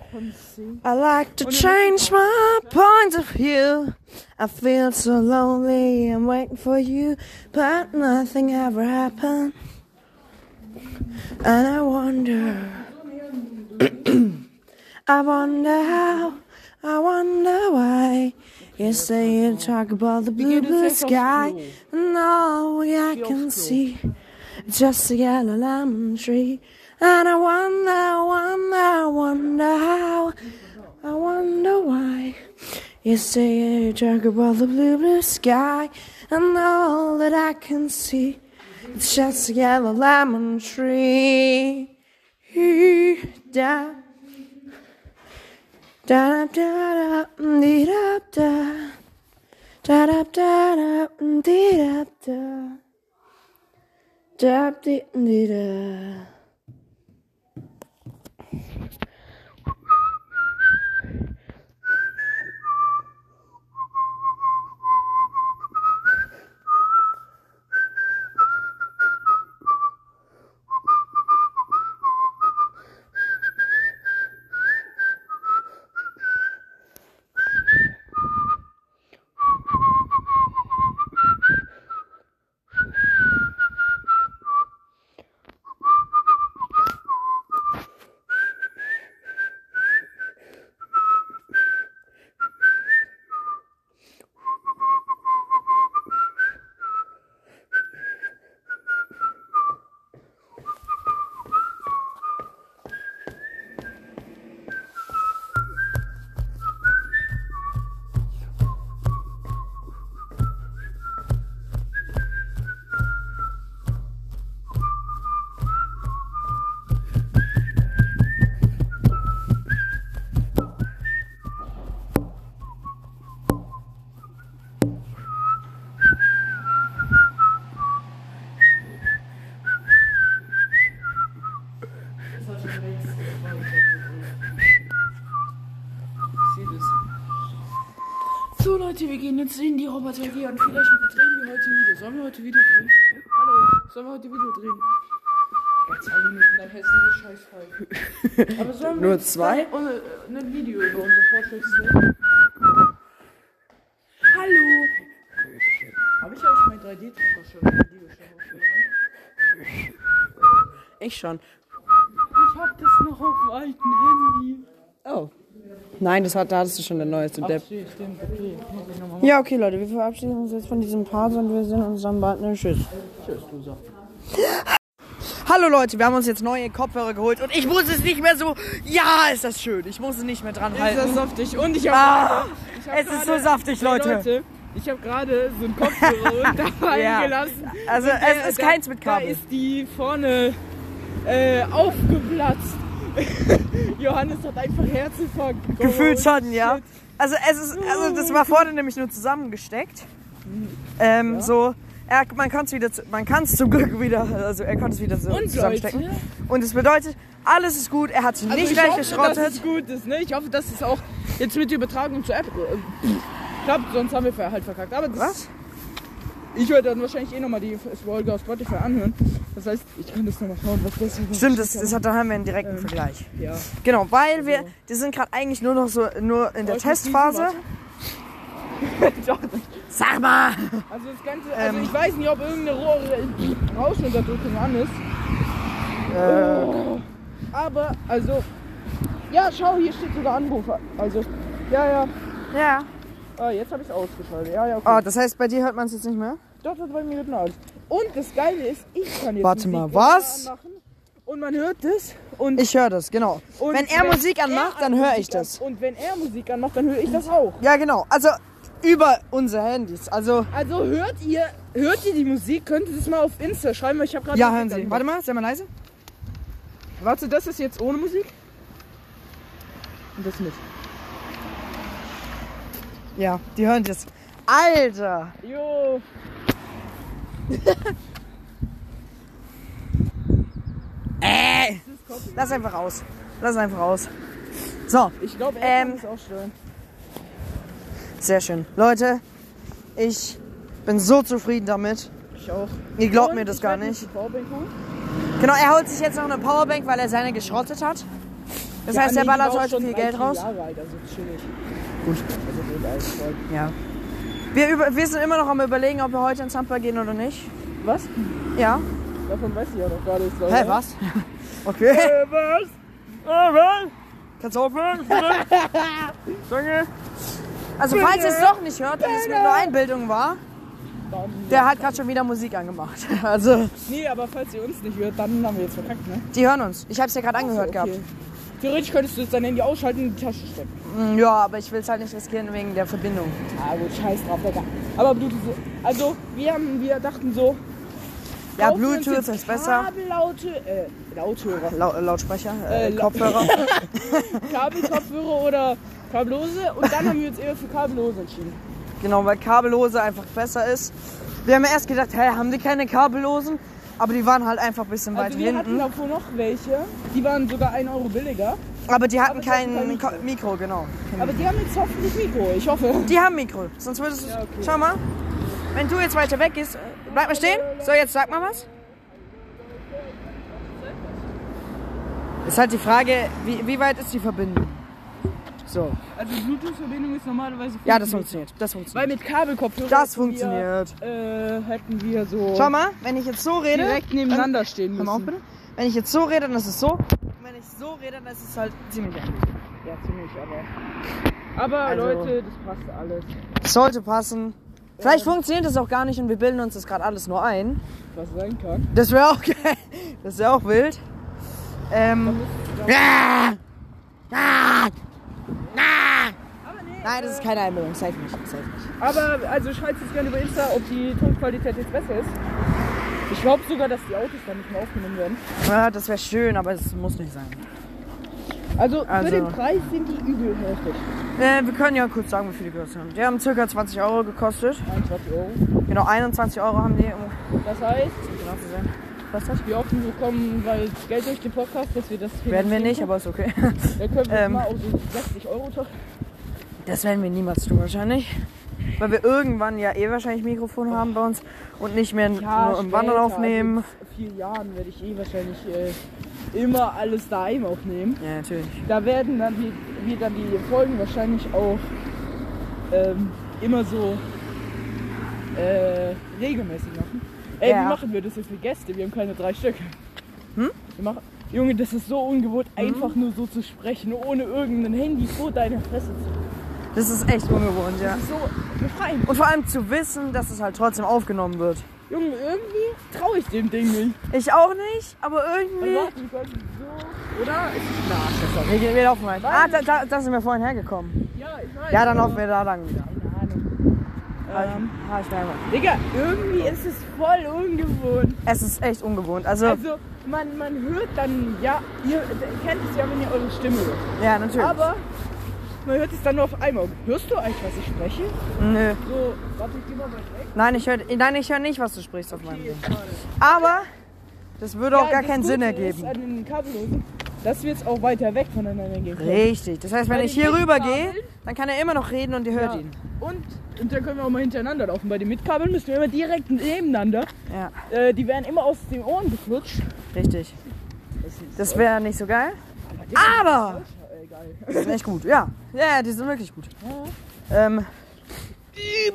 I like to change my point of view. I feel so lonely, I'm waiting for you, but nothing ever happened. And I wonder, I wonder how, I wonder why. Yesterday you talk about the blue, blue sky, and all I can see is just a yellow lemon tree. And I wonder, wonder, wonder how. I wonder why you say you talk about the blue, blue sky, and all that I can see is just a yellow lemon tree. Da da da da da dee, da da da da da da dee, da da da dee, dee, da. So Leute, wir gehen jetzt in die Roboterie und vielleicht drehen wir heute ein Video. Sollen wir heute Video drehen? Hallo, sollen wir heute Video drehen? Ja, zwei Minuten, dann hässliche Scheißfolge. Aber sollen wir Nur zwei? Und, äh, ein Video über unsere Vorschläge Hallo! Habe ich euch mein 3D-Drucker schon im Video schon hochgeladen? Ich schon. Ich hab das noch auf dem alten Handy. Oh. Nein, das hat, da hattest du schon der neueste Depp. Steht, stimmt, okay. Muss ich nochmal Ja, okay, Leute, wir verabschieden uns jetzt von diesem Part und wir sehen uns dann bald. Ne, tschüss. Hallo Leute, wir haben uns jetzt neue Kopfhörer geholt und ich muss es nicht mehr so. Ja, ist das schön. Ich muss es nicht mehr dran halten. Ist das saftig? Und ich Ah, habe es ist so saftig, Leute. Leute, ich habe gerade so einen Kopfhörer runter fallen Ja. gelassen. Also Ja, es ist da- keins mit Da Kabel. ist die vorne äh, aufgeplatzt. Johannes hat einfach Herzinfarkt. Gefühlt hat. schon, ja. Also es ist, also das war vorne nämlich nur zusammengesteckt. Ähm, so. Er, man kann es wieder, zu- man kann es zum Glück wieder, also er konnte es wieder so Und zusammenstecken. Leute, Und es bedeutet, alles ist gut. Er hat sich also nicht ich gleich hoffe, geschrottet. dass es gut ist. Ne? Ich hoffe, dass es auch jetzt mit der Übertragung zur App äh, klappt, sonst haben wir ver- halt verkackt. Aber das, Was? Ich werde dann wahrscheinlich eh nochmal die Folge auf Spotify anhören. Das heißt, ich kann das nochmal schauen, was das ist. Stimmt, das, das hat, da haben wir einen direkten Vergleich. Ja. Genau, weil wir, die sind gerade eigentlich nur noch so, nur in der Soll ich mit diesem Testphase. Doch. Sag mal! Also das Ganze, also Ähm. ich weiß nicht, ob irgendeine Rohre- äh, Rauschunterdrückung an ist. Äh. Oh. Aber, also, ja, schau, hier steht sogar Anruf. Also, ja, ja. Ja. Ah, jetzt habe ich es ausgeschaltet. Ja, ja, okay. Oh, das heißt, bei dir hört man es jetzt nicht mehr? Doch, das bei mir hört man alles. Und das Geile ist, ich kann jetzt Warte Musik mal, immer was? anmachen Und man hört es. Und, Ich höre das, genau. und wenn er Musik anmacht, dann höre ich Musik an- das. Und wenn er Musik anmacht, dann höre ich das auch. Ja, genau. Also über unsere Handys. Also, Also hört ihr, hört ihr die Musik? Könnt ihr das mal auf Insta schreiben, weil ich habe gerade... ja, Musik hören Sie. angemacht. Warte mal, sei mal leise. Warte, das ist jetzt ohne Musik? Und das nicht. Ja, die hören das. Alter! Jo. Äh, Lass einfach aus. Lass einfach aus. So, Ich glaube, er Ähm. kann das auch steuern. sehr schön. Leute, ich bin so zufrieden damit. Ich auch. Ihr glaubt Und mir das ich gar werd nicht. jetzt die Powerbank holen. Genau, er holt sich jetzt noch eine Powerbank, weil er seine geschrottet hat. Das heißt, nee, er die ballert war auch heute schon viel drei, Geld vier raus. Jahre alt, also chillig. Gut. Also gut, alles voll. Ja. Wir, über, wir sind immer noch am überlegen, ob wir heute ins Handball gehen oder nicht. Was? Ja. Davon weiß ich ja noch gar nichts. Hä, Leute. was? Okay. Äh, was? Ah, was? Kannst du aufhören? Danke. Also falls ihr es doch nicht hört und es mit nur Einbildung war, der hat gerade schon wieder Musik angemacht. Also, Nee, aber falls ihr uns nicht hört, dann haben wir jetzt verkackt, ne? die hören uns. Ich habe es ja gerade angehört So, okay. Theoretisch könntest du jetzt dein Handy ausschalten und in die Tasche stecken. gehabt. Mm, Ja, aber ich will es halt nicht riskieren wegen der Verbindung. Ah, gut, scheiß drauf, Digga. Aber Bluetooth, also wir haben, wir dachten so, Ja, kaufen uns Bluetooth jetzt ist besser. Kabellaute, äh, Lauthörer. Lau Lautsprecher, äh, Äh, lau- Kopfhörer. Kabelkopfhörer oder kabellose und dann haben wir uns eher für kabellose entschieden. Genau, weil kabellose einfach besser ist. Wir haben ja erst gedacht, hey, haben die keine kabellosen? Aber die waren halt einfach ein bisschen weit Also wir hatten hinten. davor noch welche, die waren sogar 1 Euro billiger, Aber die hatten aber die hatten kein kein Mikro. Mikro. Mikro, genau. aber die haben jetzt hoffentlich Mikro, ich hoffe. Die haben Mikro, sonst würdest du... Ja, okay. Schau mal, wenn du jetzt weiter weg gehst, äh, bleib mal stehen. So, jetzt sag mal was. Ist halt die Frage, wie, wie weit ist die Verbindung? So, Also Bluetooth-Verbindung ist normalerweise... ja, das funktioniert. Das Weil funktioniert. mit Kabelkopfhörer Das hätten wir, funktioniert. äh, hätten wir so Schau mal, wenn ich jetzt so rede... direkt dann- nebeneinander stehen Hör müssen. mal auf, bitte. Wenn ich jetzt so rede, dann ist es so. Und wenn ich so rede, dann ist es halt ziemlich ähnlich. Ja, ziemlich, aber... Aber Also- Leute, das passt alles. Sollte passen. Vielleicht funktioniert das auch gar nicht und wir bilden uns das gerade alles nur ein. Was sein kann. Das wäre auch geil. Das wäre auch wild. Ähm. Ah! Ah! Ah! Nein, das ist keine Einbildung. Safe nicht. Safe nicht. Aber also schreibt es gerne über Insta, ob die Tonqualität jetzt besser ist. Ich glaube sogar, dass die Autos dann nicht mehr aufgenommen werden. Ja, das wäre schön, aber es muss nicht sein. Also, Also- für den Preis sind die übel heftig. Äh, wir können ja kurz sagen, wie viel die gekostet haben. Die haben ca. 20 Euro gekostet. 21 Euro. Genau, 21 Euro haben die. Um Das heißt, genau zu sein. was hast wir offen bekommen, weil Geld durch den Podcast, dass wir das Werden wir finanzieren nicht, aber ist okay. können. Dann können wir ähm, ähm, mal auf so 60 Euro tauschen. Das werden wir niemals tun wahrscheinlich. Weil wir irgendwann ja eh wahrscheinlich Mikrofon haben bei uns und nicht mehr nur im Wandel später, aufnehmen. also In vier Jahren werde ich eh wahrscheinlich äh, immer alles daheim aufnehmen. Ja, natürlich. Da werden dann die, wir dann die Folgen wahrscheinlich auch ähm, immer so äh, regelmäßig machen. Ey, Ja. wie machen wir das jetzt mit Gäste? Wir haben keine drei Stück. Hm? Mhm. Wir machen, Junge, das ist so ungewohnt, einfach nur so zu sprechen, ohne irgendein Handy vor deiner Fresse zu Das ist echt ungewohnt, ja. Das ist so befreiend. Und vor allem zu wissen, dass es halt trotzdem aufgenommen wird. Junge, irgendwie traue ich dem Ding nicht. Also, Ich auch nicht, aber irgendwie. Warten können, so. Oder? Ist es eine Arschlöcher? Wir, gehen- wir laufen rein. Ah, da, da, da sind wir vorhin hergekommen. Ja, ich weiß. Ja, dann laufen wir da lang. Keine Ahnung. Ähm, Ah, ich merke mal. Digga, irgendwie ist es voll ungewohnt. Es ist echt ungewohnt. Also, Also, man, man hört dann, ja, ihr kennt es ja, wenn ihr eure Stimme hört. ja, natürlich. Aber man hört es dann nur auf einmal. Hörst du eigentlich, was ich spreche? Nö. So, warte, ich geh mal weit weg. Nein, ich höre nein, ich hör nicht, was du sprichst auf meinem Ding. Aber das würde auch Ja, gar das keinen Sinn Gute Ist ergeben. äh, an den Kabellosen, dass wir jetzt auch weiter weg voneinander gehen können. Richtig. Das heißt, wenn Bei ich den hier rüber gehe, Lichtkabeln? dann kann er immer noch reden und ihr hört Ja. ihn. Und, und dann können wir auch mal hintereinander laufen. Bei den Mitkabeln müssen wir immer direkt nebeneinander. Ja, Äh, die werden immer aus den Ohren geflutscht. Oh, richtig. Das ist Das Ah! wäre nicht so geil. Aber äh, geil. die sind echt gut. Ja, ja, die sind wirklich gut. Ähm,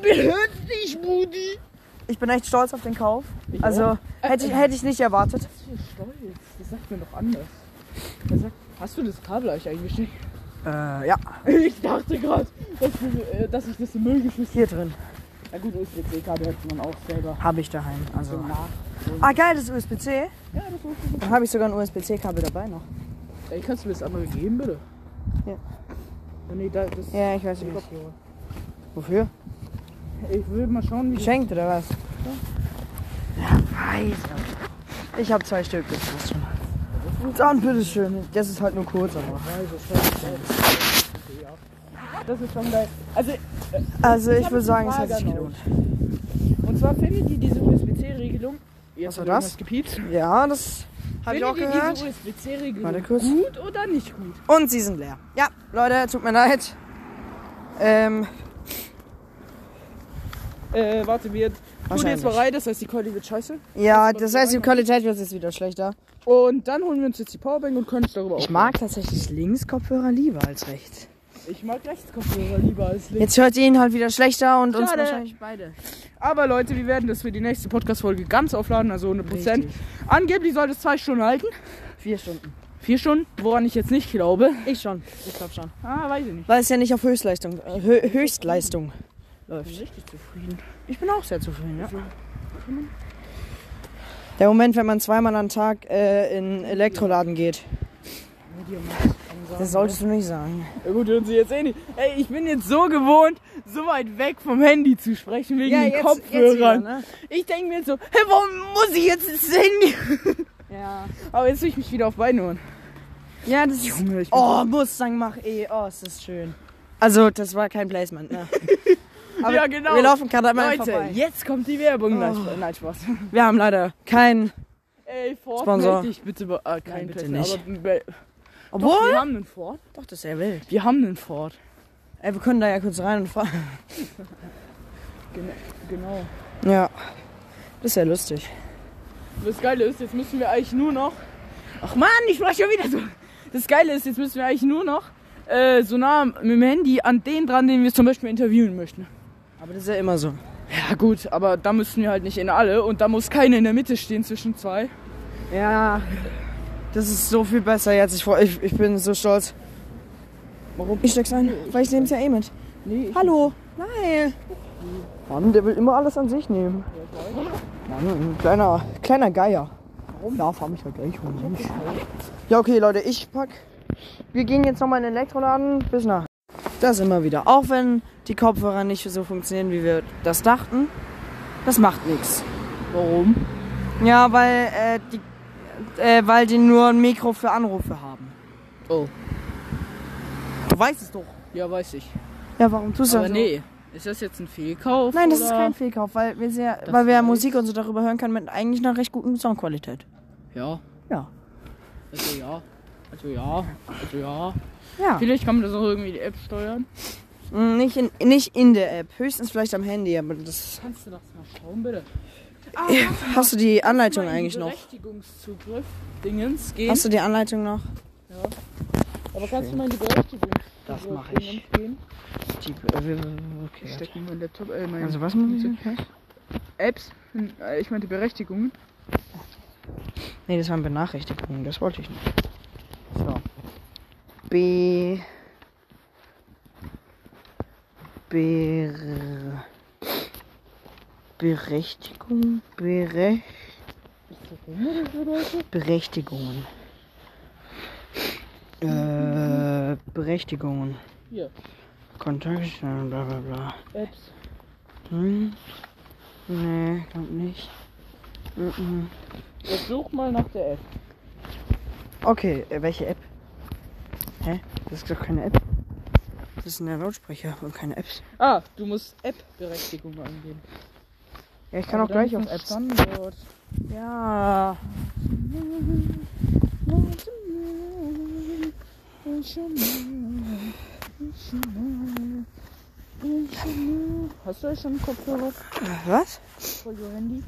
Behört dich, Budi. ich bin echt stolz auf den Kauf. Ich Also hätte ich, hätte ich nicht erwartet. Was für Stolz. Das sagt mir doch anders. Er sagt, hast du das Kabel euch eingesteckt? Äh, ja, Ich dachte gerade, dass, du, äh, dass ich das im Müll geschmissen hier drin habe. Na gut, USB-C-Kabel hätte man auch selber. habe ich daheim. Also. nach. Ah, geil, das USB-C. Ja, das ist Dann habe ich sogar ein USB-C-Kabel dabei noch. Ey, kannst du mir das andere geben, bitte? Ja. Oh, nee, da, das Ja, ich weiß ist nicht. Kopfhörer. Wofür? Ich will mal schauen, wie Geschenkt oder was? Ja, weiß. aber- Ich habe zwei Stück, das ist schon. Dann bitteschön. Das ist halt nur kurz, aber. Das ist schon geil. Also, Also Ich ich hab würde sagen, eine es Frage hat sich an gelohnt. und zwar findet ihr diese USB-C-Regelung. Was Jetzt war hat das? irgendwas Gepiept. Ja, das habe ich auch findet ihr gehört. diese USB-C-Regelung Warte kurz. gut oder nicht gut? Und sie sind leer. Ja, Leute, tut mir leid. Ähm, Äh, warte, wir tun Wahrscheinlich. jetzt mal rein, das heißt, die Keule wird scheiße. ja, das heißt, die Qualität wird jetzt wieder schlechter. Und dann holen wir uns jetzt die Powerbank und können es darüber Ich aufnehmen. mag tatsächlich links Kopfhörer lieber als rechts. Ich mag Rechtskopfhörer lieber als links. Jetzt hört ihr ihn halt wieder schlechter und uns Schade. wahrscheinlich beide. Aber Leute, wir werden das für die nächste Podcast-Folge ganz aufladen, also 100%. Angeblich sollte es zwei Stunden halten. Vier Stunden. Vier Stunden, woran ich jetzt nicht glaube. Ich schon. Ich glaube schon. Ah, weiß ich nicht. Weil es ja nicht auf Höchstleistung, äh, Hö Höchstleistung läuft. Richtig zufrieden. Ich bin auch sehr zufrieden, ja. Der Moment, wenn man zweimal am Tag äh, in Elektroladen geht. Das solltest du nicht sagen. Ja gut, hören Sie jetzt eh nicht. Ey, ich bin jetzt so gewohnt, so weit weg vom Handy zu sprechen wegen den Kopfhörern. ne? Ich denke mir jetzt so, hey, warum muss ich jetzt ins Handy? Ja. Aber jetzt will ich mich wieder auf Beine hören. ja, das ist. Junge, ich bin Oh, Mustang mach eh. Oh, es ist schön. Also, das war kein Placement, ne? Aber Ja, genau. Wir laufen gerade mal Leute, vorbei. jetzt kommt die Werbung. Nein, Spaß. Nein, Spaß. Wir haben leider keinen. Oh. Ey, Ford, Sponsor. meld dich bitte bei... Ah, kein Nein, bitte Tesla, nicht. Aber, be- Obwohl. wir haben einen Ford. Doch, das ist ja wild. Wir haben einen Ford. Ey, wir können da ja kurz rein und fragen. Genau. Ja. Das ist ja lustig. Das Geile ist, jetzt müssen wir eigentlich nur noch... Ach man, ich spreche schon wieder so. Das Geile ist, jetzt müssen wir eigentlich nur noch äh, so nah mit dem Handy an den dran, den wir zum Beispiel interviewen möchten. Aber das ist ja immer so. Ja gut, aber da müssen wir halt nicht in alle und da muss keine in der Mitte stehen zwischen zwei. Ja. Das ist so viel besser jetzt. Ich, freu- ich, ich bin so stolz. Warum? Ich steck's ein, weil ich nehm's ja eh mit. Nee, ich Hallo. Nein. Mann, der will immer alles an sich nehmen. Mann, ein kleiner, kleiner Geier. Warum? Ja, fahr mich ja gleich um. Ja, okay, Leute, ich pack. Wir gehen jetzt nochmal in den Elektroladen. Bis nach. Das immer wieder. Auch wenn die Kopfhörer nicht so funktionieren, wie wir das dachten. Das macht nichts. Warum? Ja, weil, äh, die, äh, weil die nur ein Mikro für Anrufe haben. Oh. Du weißt es doch. Ja, weiß ich. Ja, warum tust du Aber das? so? nee, ist das jetzt ein Fehlkauf? Nein, das oder? ist kein Fehlkauf, weil wir, sehr, Das weil wir ja weiß- Musik und so darüber hören können mit eigentlich einer recht guten Soundqualität. Ja. Ja. Also ja. Also ja. Also ja. Ja. Vielleicht kann man das auch irgendwie die App steuern. Mm, Nicht in, nicht in der App, höchstens vielleicht am Handy, aber das. Kannst du das mal schauen, bitte? Hast du die Anleitung Mal in eigentlich noch? Berechtigungszugriff Dingens gehen. Hast du die Anleitung noch? Aber kannst du mal in die Berechtigung Das mache ich. gehen? Ich äh, Okay. stecke meinen Laptop, äh, meine Also was muss ich? Hm, Apps, in, äh, ich meine die Berechtigungen. Nee, das waren Benachrichtigungen, Hm, das wollte ich nicht. So. B. Ber Berechtigung, Berech Berechtigungen. Äh, Berechtigungen. Hier. Kontakt, äh, bla bla bla. Apps. Hm? Nee, glaub nicht. Mhm. Jetzt such mal nach der App. Okay, äh, welche App? Hä? Das ist doch keine App. Das ist ein Lautsprecher und keine Apps. Ah, du musst App-Berechtigung angeben. Ja, ich kann auch gleich auf Apps. Standort. Ja. Hast du euch schon einen Kopfhörer Was? für your Handy?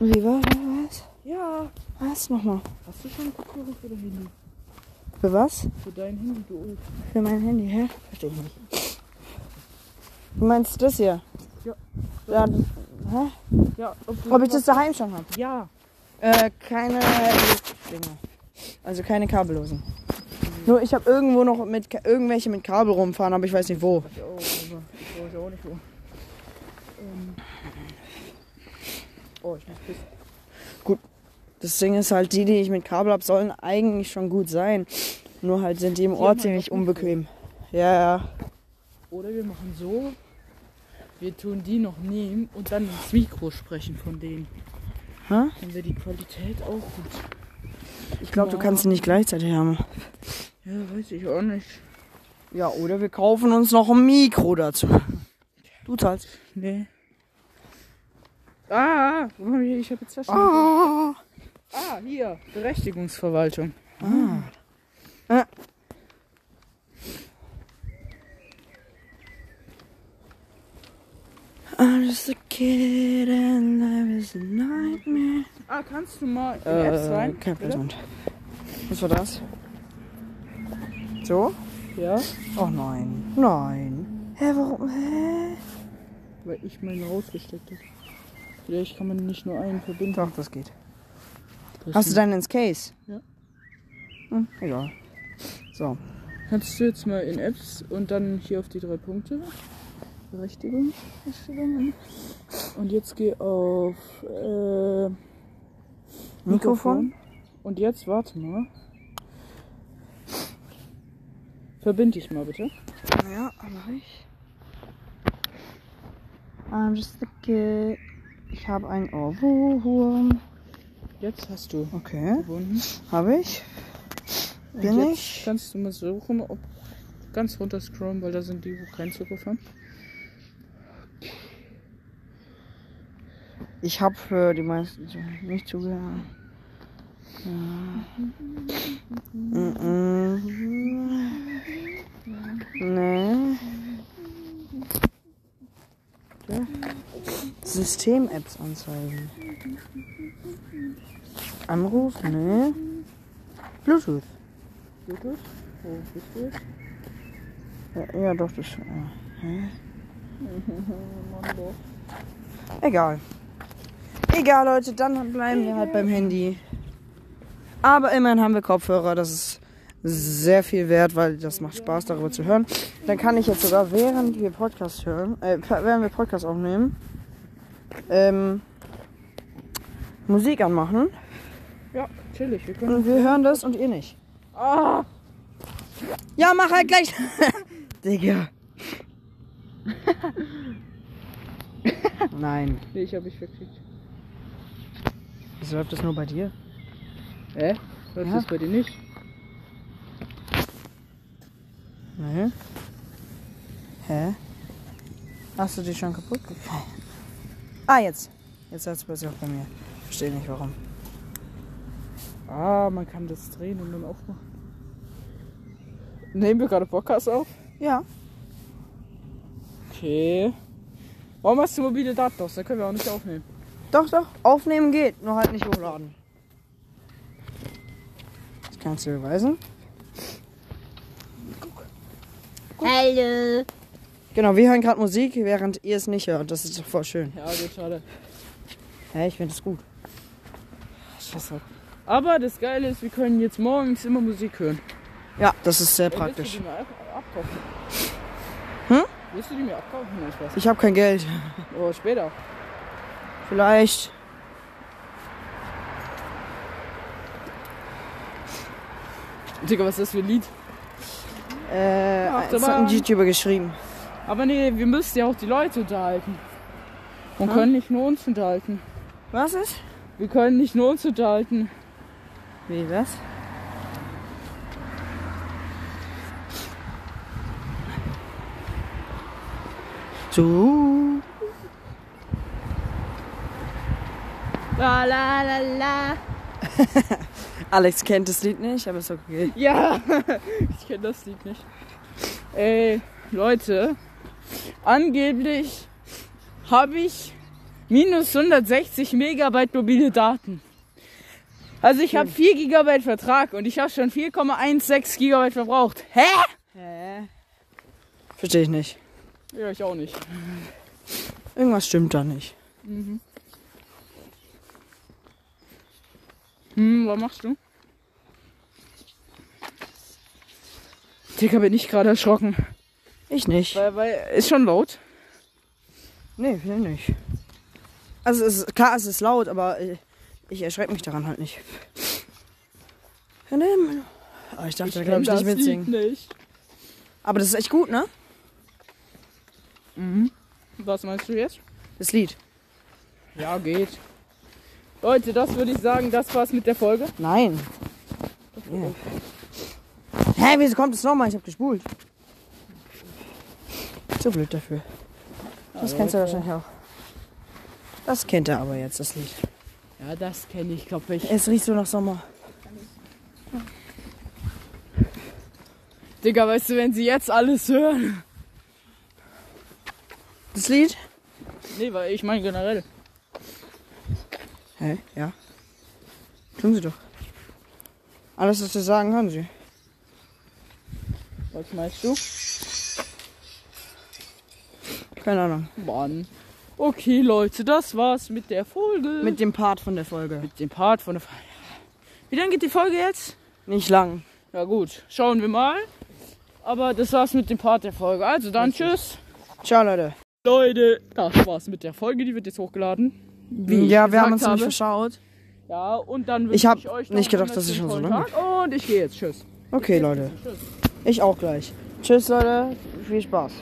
Wie war was? Ja. Was nochmal? Hast du schon einen Kopfhörer für dein Handy? Für was? Für dein Handy, du Ulf. Für mein Handy, hä? Verstehe ich nicht. Du meinst das hier? Ja. Ja, das- hä? Ja, ob, du Ob ich das sowas- daheim schon habe? Ja. Äh, keine Dinge. Also keine kabellosen. Nur ich habe irgendwo noch mit Ka- irgendwelche mit Kabel rumfahren, aber ich weiß nicht wo. Oh, aber ich weiß auch nicht wo. Ähm. Oh, ich muss pissen. Das Ding ist halt, die, die ich mit Kabel habe, sollen eigentlich schon gut sein. Nur halt sind die im Ort haben ziemlich halt noch unbequem. Ja, ja. Oder wir machen so. Wir tun die noch nehmen und dann ins Mikro sprechen von denen. Hä? Dann wäre die Qualität auch gut. Ich glaube, du kannst sie nicht gleichzeitig haben. Ja, weiß ich auch nicht. Ja, oder wir kaufen uns noch ein Mikro dazu. Du zahlst. Nee. Ah, wo hab ich ich habe jetzt Taschen. Ah. Ah, hier, Berechtigungsverwaltung. Ah. I'm just a kid and life is a nightmare. Ah, kannst du mal in Apps Äh, rein? kein bitte? Placement. Was war das? So? Ja, Oh nein. Nein. Hä, warum? Hä? weil ich meinen rausgesteckt habe. Vielleicht kann man nicht nur einen verbinden. Doch, das geht. Hast du deinen ins Case? Ja. Hm, egal. So. Kannst du jetzt mal in Apps und dann hier auf die drei Punkte. Berechtigung. Berechtigung. Und jetzt geh auf äh, Mikrofon? Und jetzt warte mal. Verbind dich mal bitte. Ja, mach ich. I'm just a kid. Ich habe ein Ohrwurm. Jetzt hast du Okay. gefunden. Habe ich. Bin jetzt ich? Kannst du mal suchen, ob ganz runter scrollen, weil da sind die, wo keinen Zugriff haben. Ich habe für die meisten zu- nicht zugehört. Ja. Mhm. Nee. Ja. System-Apps anzeigen. Anruf? Nee. Bluetooth. Bluetooth? Oh, Wo bist du jetzt? Ja, ja doch, das. äh, Ja. Mann, doch. Egal. Egal, Leute, dann bleiben wir halt beim Handy. Aber immerhin haben wir Kopfhörer, das ist sehr viel wert, weil das macht Spaß, darüber zu hören. Dann kann ich jetzt sogar, während wir Podcast hören, äh, während wir Podcast aufnehmen, ähm, Musik anmachen. Ja, chillig. Wir können. Und wir hören das und ihr nicht. Ah! Ja, mach halt gleich. Digga. Nein. Nee, ich habe mich verkriegt. Wieso läuft das nur bei dir? Hä? Läuft Ja. das bei dir nicht? Nee. Mhm. Hä? Hast du die schon kaputt gekriegt? Ah, jetzt. Jetzt hat es auch bei mir. Verstehe nicht warum. Ah, man kann das drehen und dann aufmachen. Nehmen wir gerade Podcast auf? Ja. Okay. Warum hast du mobile Daten aus? Da können wir auch nicht aufnehmen. Doch, doch. Aufnehmen geht, nur halt nicht hochladen. Das kannst du beweisen. Hallo. Genau, wir hören gerade Musik, während ihr es nicht hört. Das ist doch voll schön. Ja, gut, schade. Hä, ich finde das gut. Scheiße. Aber das Geile ist, wir können jetzt morgens immer Musik hören. Ja, das ist sehr Ey, praktisch. Willst du die mir ab- abkaufen? Hm? Willst du die mir abkaufen? Nein, Spaß. Ich habe kein Geld. Oh, später. Vielleicht. Digga, was ist das für ein Lied? Äh, Ach, das hat ein aber- YouTuber geschrieben. Aber nee, wir müssen ja auch die Leute unterhalten. Und können nicht nur uns unterhalten. Was ist? Wir können nicht nur uns unterhalten. Wie, was? So. La la la la. Alex kennt das Lied nicht, aber ist okay. Ja, ich kenne das Lied nicht. Ey, Leute, angeblich habe ich minus 160 Megabyte mobile Daten. Also ich habe 4 Gigabyte Vertrag und ich habe schon 4,16 Gigabyte verbraucht. Hä? Verstehe ich nicht. Ja, ich auch nicht. Irgendwas stimmt da nicht. Hm, was machst du? Digga, bin ich gerade erschrocken. Ich nicht. Weil, weil, ist schon laut. Nee, wir nicht. Also es ist, klar, es ist laut, aber äh, ich erschrecke mich daran halt nicht. Aber Ah, ich dachte, da glaube ich nicht kenn das Lied mitsingen. nicht. Aber das ist echt gut, ne? Was meinst du jetzt? Das Lied. Ja, geht. Leute, das würde ich sagen, das war's mit der Folge. Nein. Ja. Hä, wieso kommt es nochmal? Ich hab gespult. Zu blöd dafür. Das kennst du wahrscheinlich auch. Das kennt er aber jetzt, das Lied. Ja, das kenne ich, glaube ich. Es riecht so nach Sommer. Digga, weißt du, wenn sie jetzt alles hören. Das Lied? Nee, weil ich meine generell. Hä? Ja. Tun sie doch. Alles, was sie sagen, hören sie. Was meinst du? Keine Ahnung. Mann. Okay, Leute, das war's mit der Folge. Mit dem Part von der Folge. dem Part von der Folge. Wie lange geht die Folge jetzt? Nicht lang. Ja gut, schauen wir mal. Aber das war's mit dem Part der Folge. Also dann tschüss. Ciao, Leute. Leute, das war's mit der Folge, die wird jetzt hochgeladen. ich ja, wir gesagt haben uns habe. nämlich verschaut. Ja, und dann wünsche Ich hab nicht euch noch einen gedacht, dass es schon so wunderschönen lange Tag. Und ich gehe jetzt. Tschüss. Okay, Leute. Ich auch gleich. Tschüss, Leute. Viel Spaß.